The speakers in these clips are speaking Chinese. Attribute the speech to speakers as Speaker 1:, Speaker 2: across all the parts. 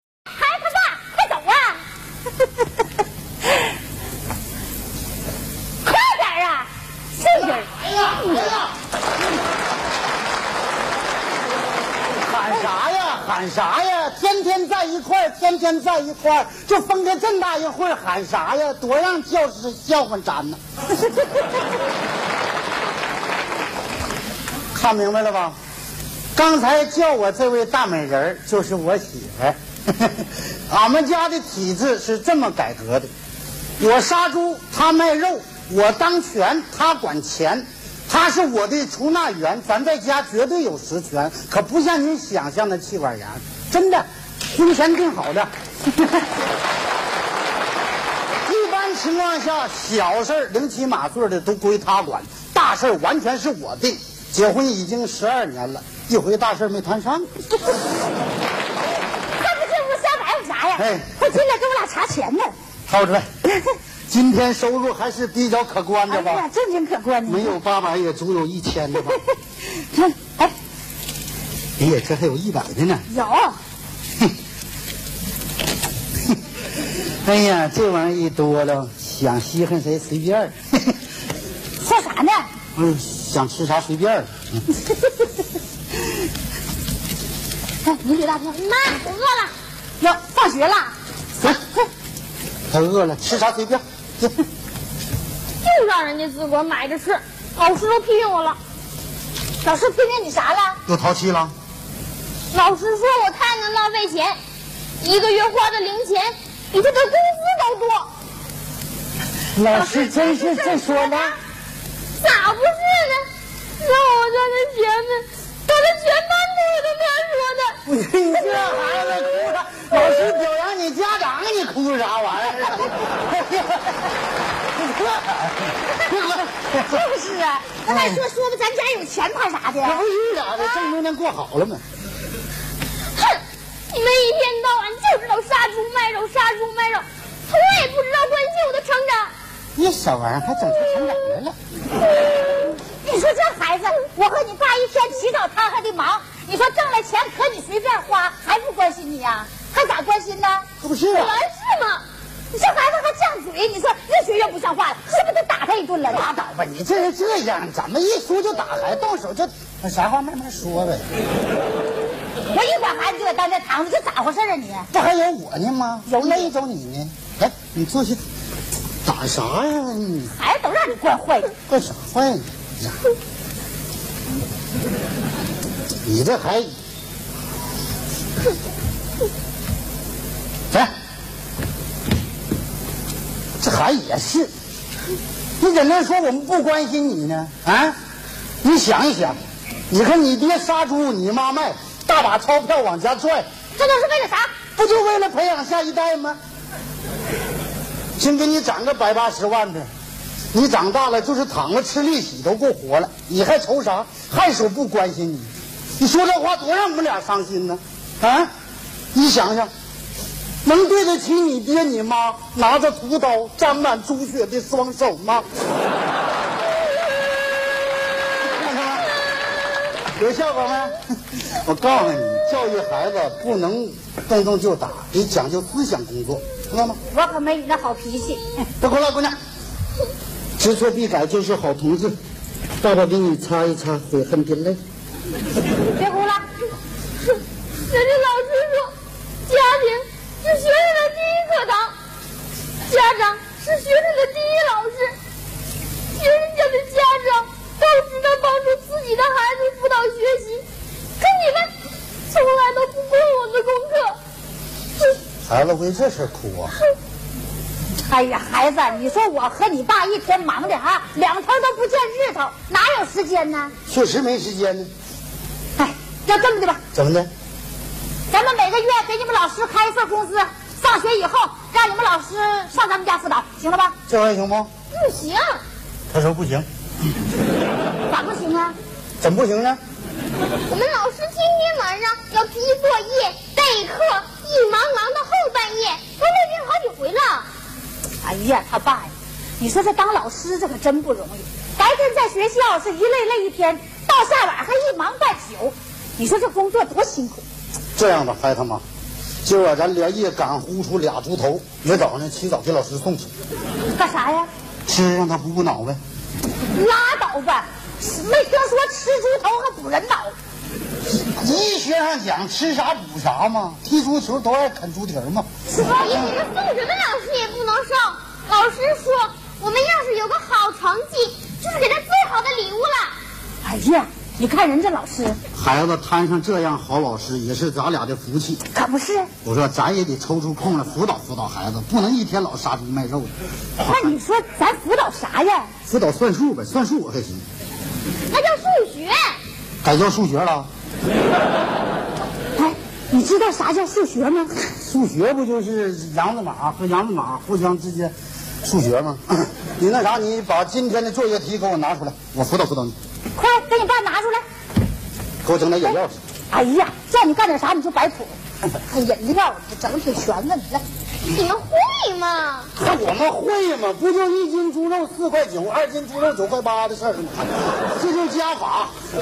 Speaker 1: 啊快点啊！这人
Speaker 2: 来了来了！喊啥呀？喊啥呀？天天在一块儿，天天在一块儿，就分开这么大一会儿，喊啥呀？多让教师笑话咱呢！看明白了吧？刚才叫我这位大美人儿就是我媳妇儿。 俺们家的体制是这么改革的：我杀猪，他卖肉；我当权，他管钱。他是我的出纳员，咱在家绝对有实权，可不像你想象的气管炎，真的，婚前定好的。一般情况下，小事儿零七马岁的都归他管，大事儿完全是我定。结婚已经十二年了，一回大事儿没谈上。
Speaker 1: 他不进屋瞎白话啥呀？
Speaker 2: 哎
Speaker 1: 还进来给我俩查钱呢。
Speaker 2: 掏 出来，今天收入还是比较可观
Speaker 1: 哎
Speaker 2: 的
Speaker 1: 呀，
Speaker 2: 吧？
Speaker 1: 正经可观呢。
Speaker 2: 没有八百也足有一千 的吧？
Speaker 1: 哼。哎，
Speaker 2: 哎呀，这还有一百的呢！
Speaker 1: 有
Speaker 2: 哎呀，这玩意儿一多了，想稀罕谁随便儿。
Speaker 1: 说啥呢？
Speaker 2: 嗯，想吃啥随 便儿。
Speaker 1: 哎，你吕大彪，妈，我饿了。哟，放学了，
Speaker 2: 来，哎他饿了，吃啥随便儿。行
Speaker 3: 就让人家自个儿买着吃，老师都批评我了。
Speaker 1: 老师批评你啥了？
Speaker 2: 又淘气了，
Speaker 3: 老师说我太能浪费钱，一个月花的零钱比他的工资都多。
Speaker 2: 老师真是这说 呢。
Speaker 3: 咋不是呢？让我让他学们，我们全班都都这
Speaker 2: 你这孩子哭啥？老师表扬你家长，啊你哭啥玩意 儿啊？
Speaker 1: 就是啊，那还
Speaker 3: 哎
Speaker 1: 说说吧，咱家有钱怕啥的
Speaker 3: 啊
Speaker 2: 这不是咋的？这牛年过好了吗？
Speaker 3: 说的。哼，你们一天到晚就知道杀猪卖肉，杀猪卖肉，从来也不知道关心我的成长。
Speaker 2: 你小玩意儿还整出成长来了？
Speaker 1: 你说这孩子，我和你爸一天起早贪黑的忙，你说挣了钱可你随便花，还不关心你呀、还咋关心呢？
Speaker 2: 可不是
Speaker 3: 本
Speaker 2: 啊！
Speaker 3: 来是嘛，
Speaker 1: 你这孩子还犟嘴，你说越学越不像话了，是不是得打他一顿了？
Speaker 2: 拉倒吧，你这人这样，怎么一说就打孩子，动手就那啥话慢慢说呗。
Speaker 1: 我一管孩子就得当家堂子，这咋回事啊你？
Speaker 2: 这还有我呢吗？
Speaker 1: 有你
Speaker 2: 累着你呢。来，你坐下。打啥呀？你
Speaker 1: 孩子都让你惯坏了，
Speaker 2: 干啥坏呀？你这还……来，这孩子也是，你怎能说我们不关心你呢？啊，你想一想，你看你爹杀猪，你妈卖，大把钞票往家拽，
Speaker 1: 这都是为了啥？
Speaker 2: 不就为了培养下一代吗？先给你攒个百八十万的，你长大了就是躺着吃利息都够活了，你还愁啥？还说不关心你？你说这话多让我们俩伤心呢？啊！你想想，能对得起你爹你妈拿着屠刀沾满猪血的双手吗？ 看看吧有效果没？ 我告诉你，教育孩子不能动动就打，得讲究思想工作，知道吗？
Speaker 1: 我可没你那好脾气。
Speaker 2: 别过来，姑娘，知错必改就是好同志。爸爸给你擦一擦悔恨的泪。
Speaker 1: 别哭了，
Speaker 3: 人家老师说，家庭是学生的第一课堂，家长是学生的第一老师。学生家的家长都是在帮助自己的孩子辅导学习，可你们从来都不管我的功课。
Speaker 2: 孩子为这事哭啊？
Speaker 1: 哎呀，孩子，你说我和你爸一天忙的啊，两头都不见日头，哪有时间呢？
Speaker 2: 确实没时间呢。
Speaker 1: 哎，要这么的吧，
Speaker 2: 怎么的？
Speaker 1: 咱们每个月给你们老师开一份工资，上学以后让你们老师上咱们家辅导，行了吧？
Speaker 2: 这玩意儿行不？
Speaker 3: 不行，
Speaker 2: 他说不行。
Speaker 1: 咋不行啊？
Speaker 2: 怎么不行呢？
Speaker 3: 我们老师天天晚上要批作业、备课，一忙忙到后半夜，都累病好几回了。
Speaker 1: 哎呀，他爸呀，你说这当老师这可真不容易，白天在学校是一累累一天，到下晚还一忙半宿，你说这工作多辛苦。
Speaker 2: 这样吧，孩子妈，今儿晚啊咱连夜赶呼出俩猪头，明早上起早给老师送去，
Speaker 1: 干啥呀？
Speaker 2: 吃让他补补脑呗。
Speaker 1: 拉倒吧，没听说吃猪头还补人脑。啊
Speaker 2: 医学上讲吃啥补啥嘛，踢足球都爱啃猪蹄儿嘛。
Speaker 3: 你这个送什么老师也不能送。老师说，我们要是有个好成绩，就是给他最好的礼物了。
Speaker 1: 哎呀，你看人家老师
Speaker 2: 孩子摊上这样好老师也是咱俩的福气。
Speaker 1: 可不是。
Speaker 2: 我说咱也得抽出空来辅导辅导孩子，不能一天老杀猪卖肉的。
Speaker 1: 那你说咱辅导啥呀？
Speaker 2: 辅导算术呗，算术我还行，
Speaker 3: 那叫数学。
Speaker 2: 改叫数学了。
Speaker 1: 哎，你知道啥叫数学吗？
Speaker 2: 数学不就是羊子马和羊子马互相之间数学吗？ 你那啥，你把今天的作业题给我拿出来，我辅导辅导你，
Speaker 1: 快给你爸拿出来。
Speaker 2: 给我整点眼药水。
Speaker 1: 哎呀，叫你干点啥你就白谱。哎呀，一料整的挺全的，你来。
Speaker 3: 你们会吗？
Speaker 2: 那我们会吗？不就一斤猪肉四块九，二斤猪肉九块八的事儿吗？这就是加法。
Speaker 1: 对，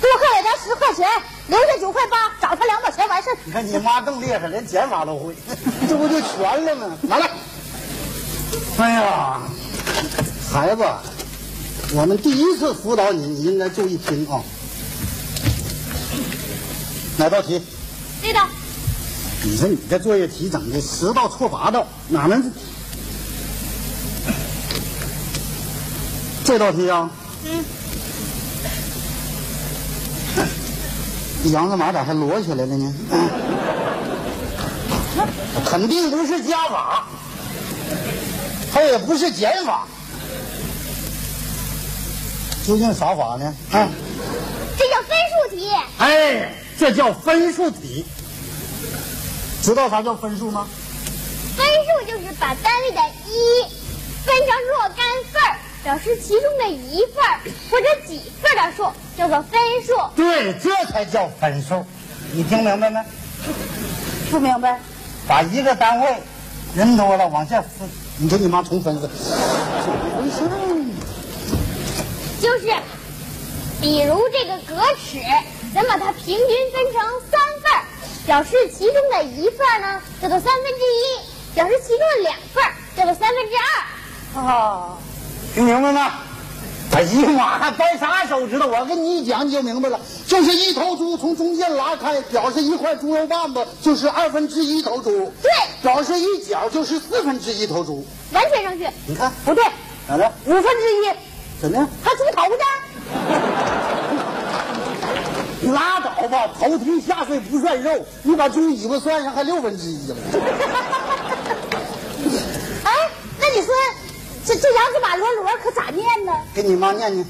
Speaker 1: 多扣给咱十块钱，留下九块八，找他两毛钱完事儿。
Speaker 2: 你看你妈更厉害，连减法都会，这不就全了吗？拿来。哎呀，孩子，我们第一次辅导你，你应该注意听啊。哪道题？
Speaker 3: 对的，
Speaker 2: 你说你这作业题整的十道错八道，哪能？这道题啊，嗯，杨子马咋还摞起来了呢？肯定不是加法，它也不是减法，究竟啥法呢？啊，
Speaker 3: 这叫分数题。
Speaker 2: 哎，这叫分数题。知道啥叫分数吗？
Speaker 3: 分数就是把单位的一分成若干份儿，表示其中的一份儿或者几份儿的数，叫做分数。
Speaker 2: 对，这才叫分数。你听明白没？
Speaker 1: 不明白？
Speaker 2: 把一个单位人多了往下分，你给你妈重分分。
Speaker 3: 就是，比如这个格尺，咱把它平均分成三份儿，表示其中的一份儿呢叫做三分之一，表示其中的两份儿叫做三分之二。
Speaker 1: 哦，
Speaker 2: 听明白没？哎呀妈，还掰啥手指头？我跟你一讲你就明白了，就是一头猪从中间拉开，表示一块猪肉棒子就是二分之一头猪，
Speaker 3: 对，
Speaker 2: 表示一角就是四分之一头猪。
Speaker 3: 完全正确。
Speaker 2: 你看
Speaker 1: 不对，
Speaker 2: 咋的？
Speaker 1: 五分之一，
Speaker 2: 怎么样？
Speaker 1: 还猪头呢？
Speaker 2: 你拉倒吧，头皮下水不算肉，你把猪尾巴算上还六分之一了。
Speaker 1: 哎，那你说这这羊子马罗罗可咋念呢？
Speaker 2: 给你妈念念。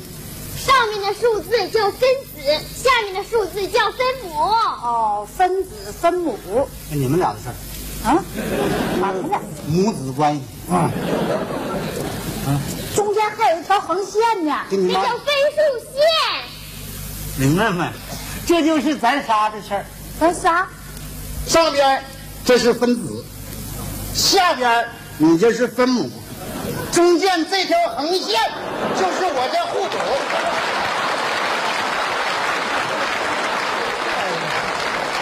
Speaker 3: 上面的数字叫分子，下面的数字叫分母。
Speaker 1: 哦，分子分母
Speaker 2: 那你们俩的事儿，
Speaker 1: 啊，咋的呢？
Speaker 2: 母子关系啊，
Speaker 1: 中间还有一条横线呢。
Speaker 2: 给你
Speaker 3: 那
Speaker 2: 妈
Speaker 3: 叫分数线。
Speaker 2: 明白没？这就是咱仨的事儿。
Speaker 1: 咱仨
Speaker 2: 上边儿这是分子，下边儿你这是分母，中间这条横线就是我的户口。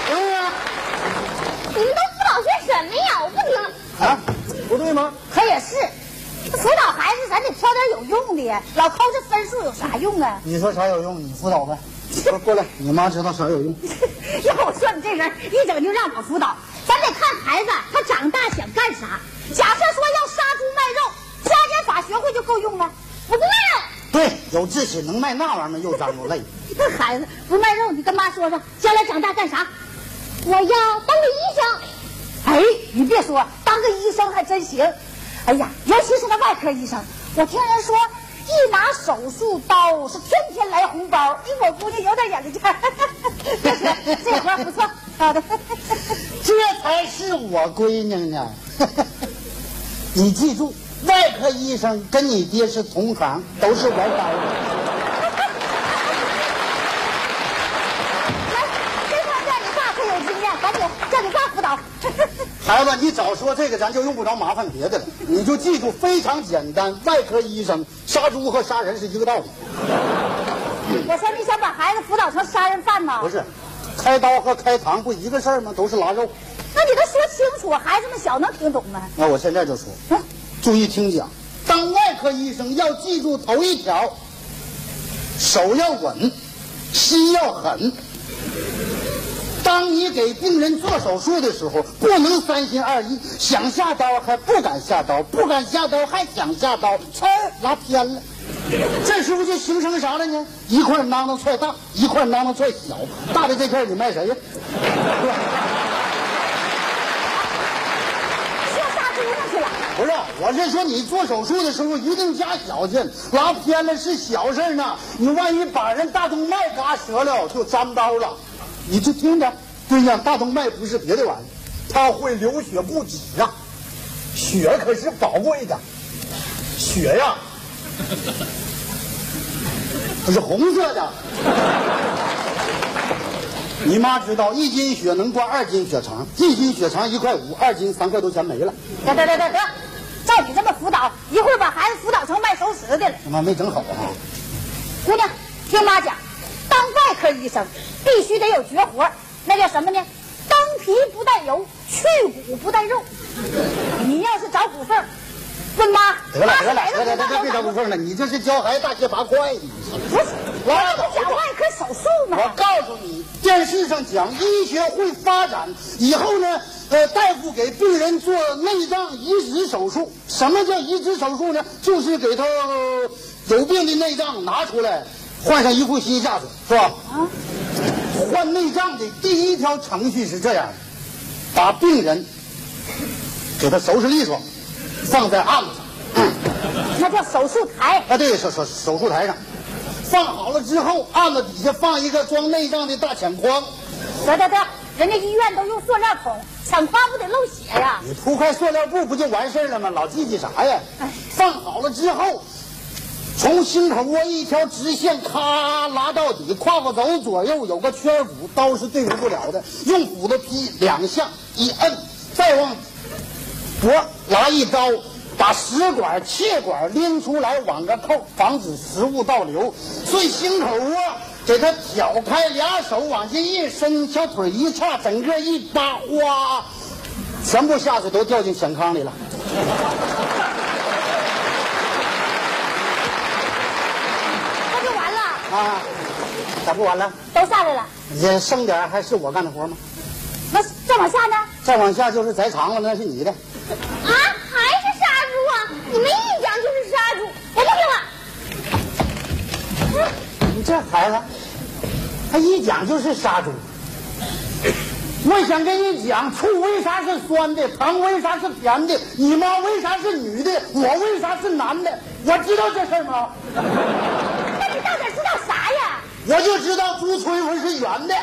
Speaker 2: 对哎呀、
Speaker 3: 你们都辅导些什么呀？我不听了。
Speaker 2: 啊，不对吗？
Speaker 1: 可也是，辅导孩子咱得挑点有用的呀，老抠这分数有啥用啊？
Speaker 2: 你说啥有用？你辅导 呗。说过来，你妈知道啥有用？
Speaker 1: 要我说你这人一整就让我辅导，咱得看孩子他长大想干啥。假设说要杀猪卖肉，加减法学会就够用了。
Speaker 3: 我不卖了。
Speaker 2: 对，有志气能卖那玩意儿吗？又脏又累。
Speaker 1: 那孩子不卖肉，你跟妈说说，将来长大干啥？
Speaker 3: 我要当个医生。
Speaker 1: 哎，你别说，当个医生还真行。哎呀，尤其是那外科医生，我听人说，一拿手术刀是天天来红包。哎，我姑娘有点眼力见儿， 这活儿不错，好的。
Speaker 2: 这才是我闺女呢。 你记住，外科医生跟你爹是同行，都是玩刀的。
Speaker 1: 来，这块叫你爸可有经验，赶紧叫你爸辅导。
Speaker 2: 孩子，你早说这个，咱就用不着麻烦别的了。你就记住，非常简单，外科医生杀猪和杀人是一个道理。
Speaker 1: 我说你想把孩子辅导成杀人犯呢？
Speaker 2: 不是，开刀和开膛不一个事儿吗？都是拉肉。
Speaker 1: 那你都说清楚，孩子们小能听懂吗？
Speaker 2: 那我现在就说，
Speaker 1: 啊，
Speaker 2: 注意听讲，当外科医生要记住头一条：手要稳，心要狠。当你给病人做手术的时候，不能三心二意，想下刀还不敢下刀，不敢下刀还想下刀，呲儿拉偏了。这时候就形成啥了呢？一块囊囊踹大，一块囊囊踹小，大的这块你卖谁呀？是吧？
Speaker 1: 说杀猪上去了。
Speaker 2: 不是，我是说你做手术的时候一定加小劲，拉偏了是小事儿呢。你万一把人大动脉嘎折了，就沾包了。你就听着，对呀，大动脉不是别的玩意儿，它会流血不止啊。血可是宝贵的，血呀、它是红色的。你妈知道，一斤血能灌二斤血肠，一斤血肠一块五，二斤三块多钱没了。
Speaker 1: 得得得得得，照你这么辅导，一会儿把孩子辅导成卖熟食的了。
Speaker 2: 他妈没整好啊！
Speaker 1: 姑娘，听妈讲，当外科医生必须得有绝活，那叫什么呢？当皮不带油，去骨不带肉。你要是找骨缝，问妈，
Speaker 2: 得了
Speaker 1: 妈
Speaker 2: 得了
Speaker 1: 谁
Speaker 2: 得
Speaker 1: 都知道
Speaker 2: 了得了，别
Speaker 1: 找
Speaker 2: 找不缝了，你这是教孩子大卸八块呢。
Speaker 1: 不是，
Speaker 2: 拉
Speaker 1: 我
Speaker 2: 倒吧
Speaker 1: 不讲外科手术
Speaker 2: 我
Speaker 1: 吗？
Speaker 2: 告诉你，电视上讲医学会发展以后呢，呃，大夫给病人做内脏移植手术。什么叫移植手术呢？就是给他呃有病的内脏拿出来，换上一副新下属，是吧？
Speaker 1: 啊，
Speaker 2: 换内脏的第一条程序是这样的：把病人给他收拾利索，放在案子上。
Speaker 1: 那叫手术台。
Speaker 2: 啊，对，手手手术台上，放好了之后，案子底下放一个装内脏的大抢筐，
Speaker 1: 得得得，人家医院都用塑料桶，抢夸不得漏血呀、
Speaker 2: 你铺块塑料布不就完事儿了吗？老记记啥呀
Speaker 1: 哎？
Speaker 2: 放好了之后，从心口窝一条直线，咔拉到底，胯骨轴左右有个圈骨，刀是对付不了的，用斧子劈两下，一摁，再往脖拿一刀，把食管、气管拎出来，挽个扣，防止食物倒流。最啊心口窝给它挑开，俩手往进一伸，小腿一叉，整个一扒，哗，全部下去都掉进显糠里了。
Speaker 1: 那就完了，
Speaker 2: 啊，咋不完了？
Speaker 1: 都下来了。
Speaker 2: 也剩点儿还是我干的活吗？
Speaker 1: 那再往下呢？
Speaker 2: 再往下就是宅肠了，那是你的。
Speaker 3: 啊，还是杀猪啊！你们一讲就是杀猪，我不听了。
Speaker 2: 你这孩子，他一讲就是杀猪。我想跟你讲，醋为啥是酸的，糖为啥是甜的，你妈为啥是女的，我为啥是男的？我知道这事儿吗？
Speaker 1: 那你到底知道啥呀？
Speaker 2: 我就知道猪吹风是圆的。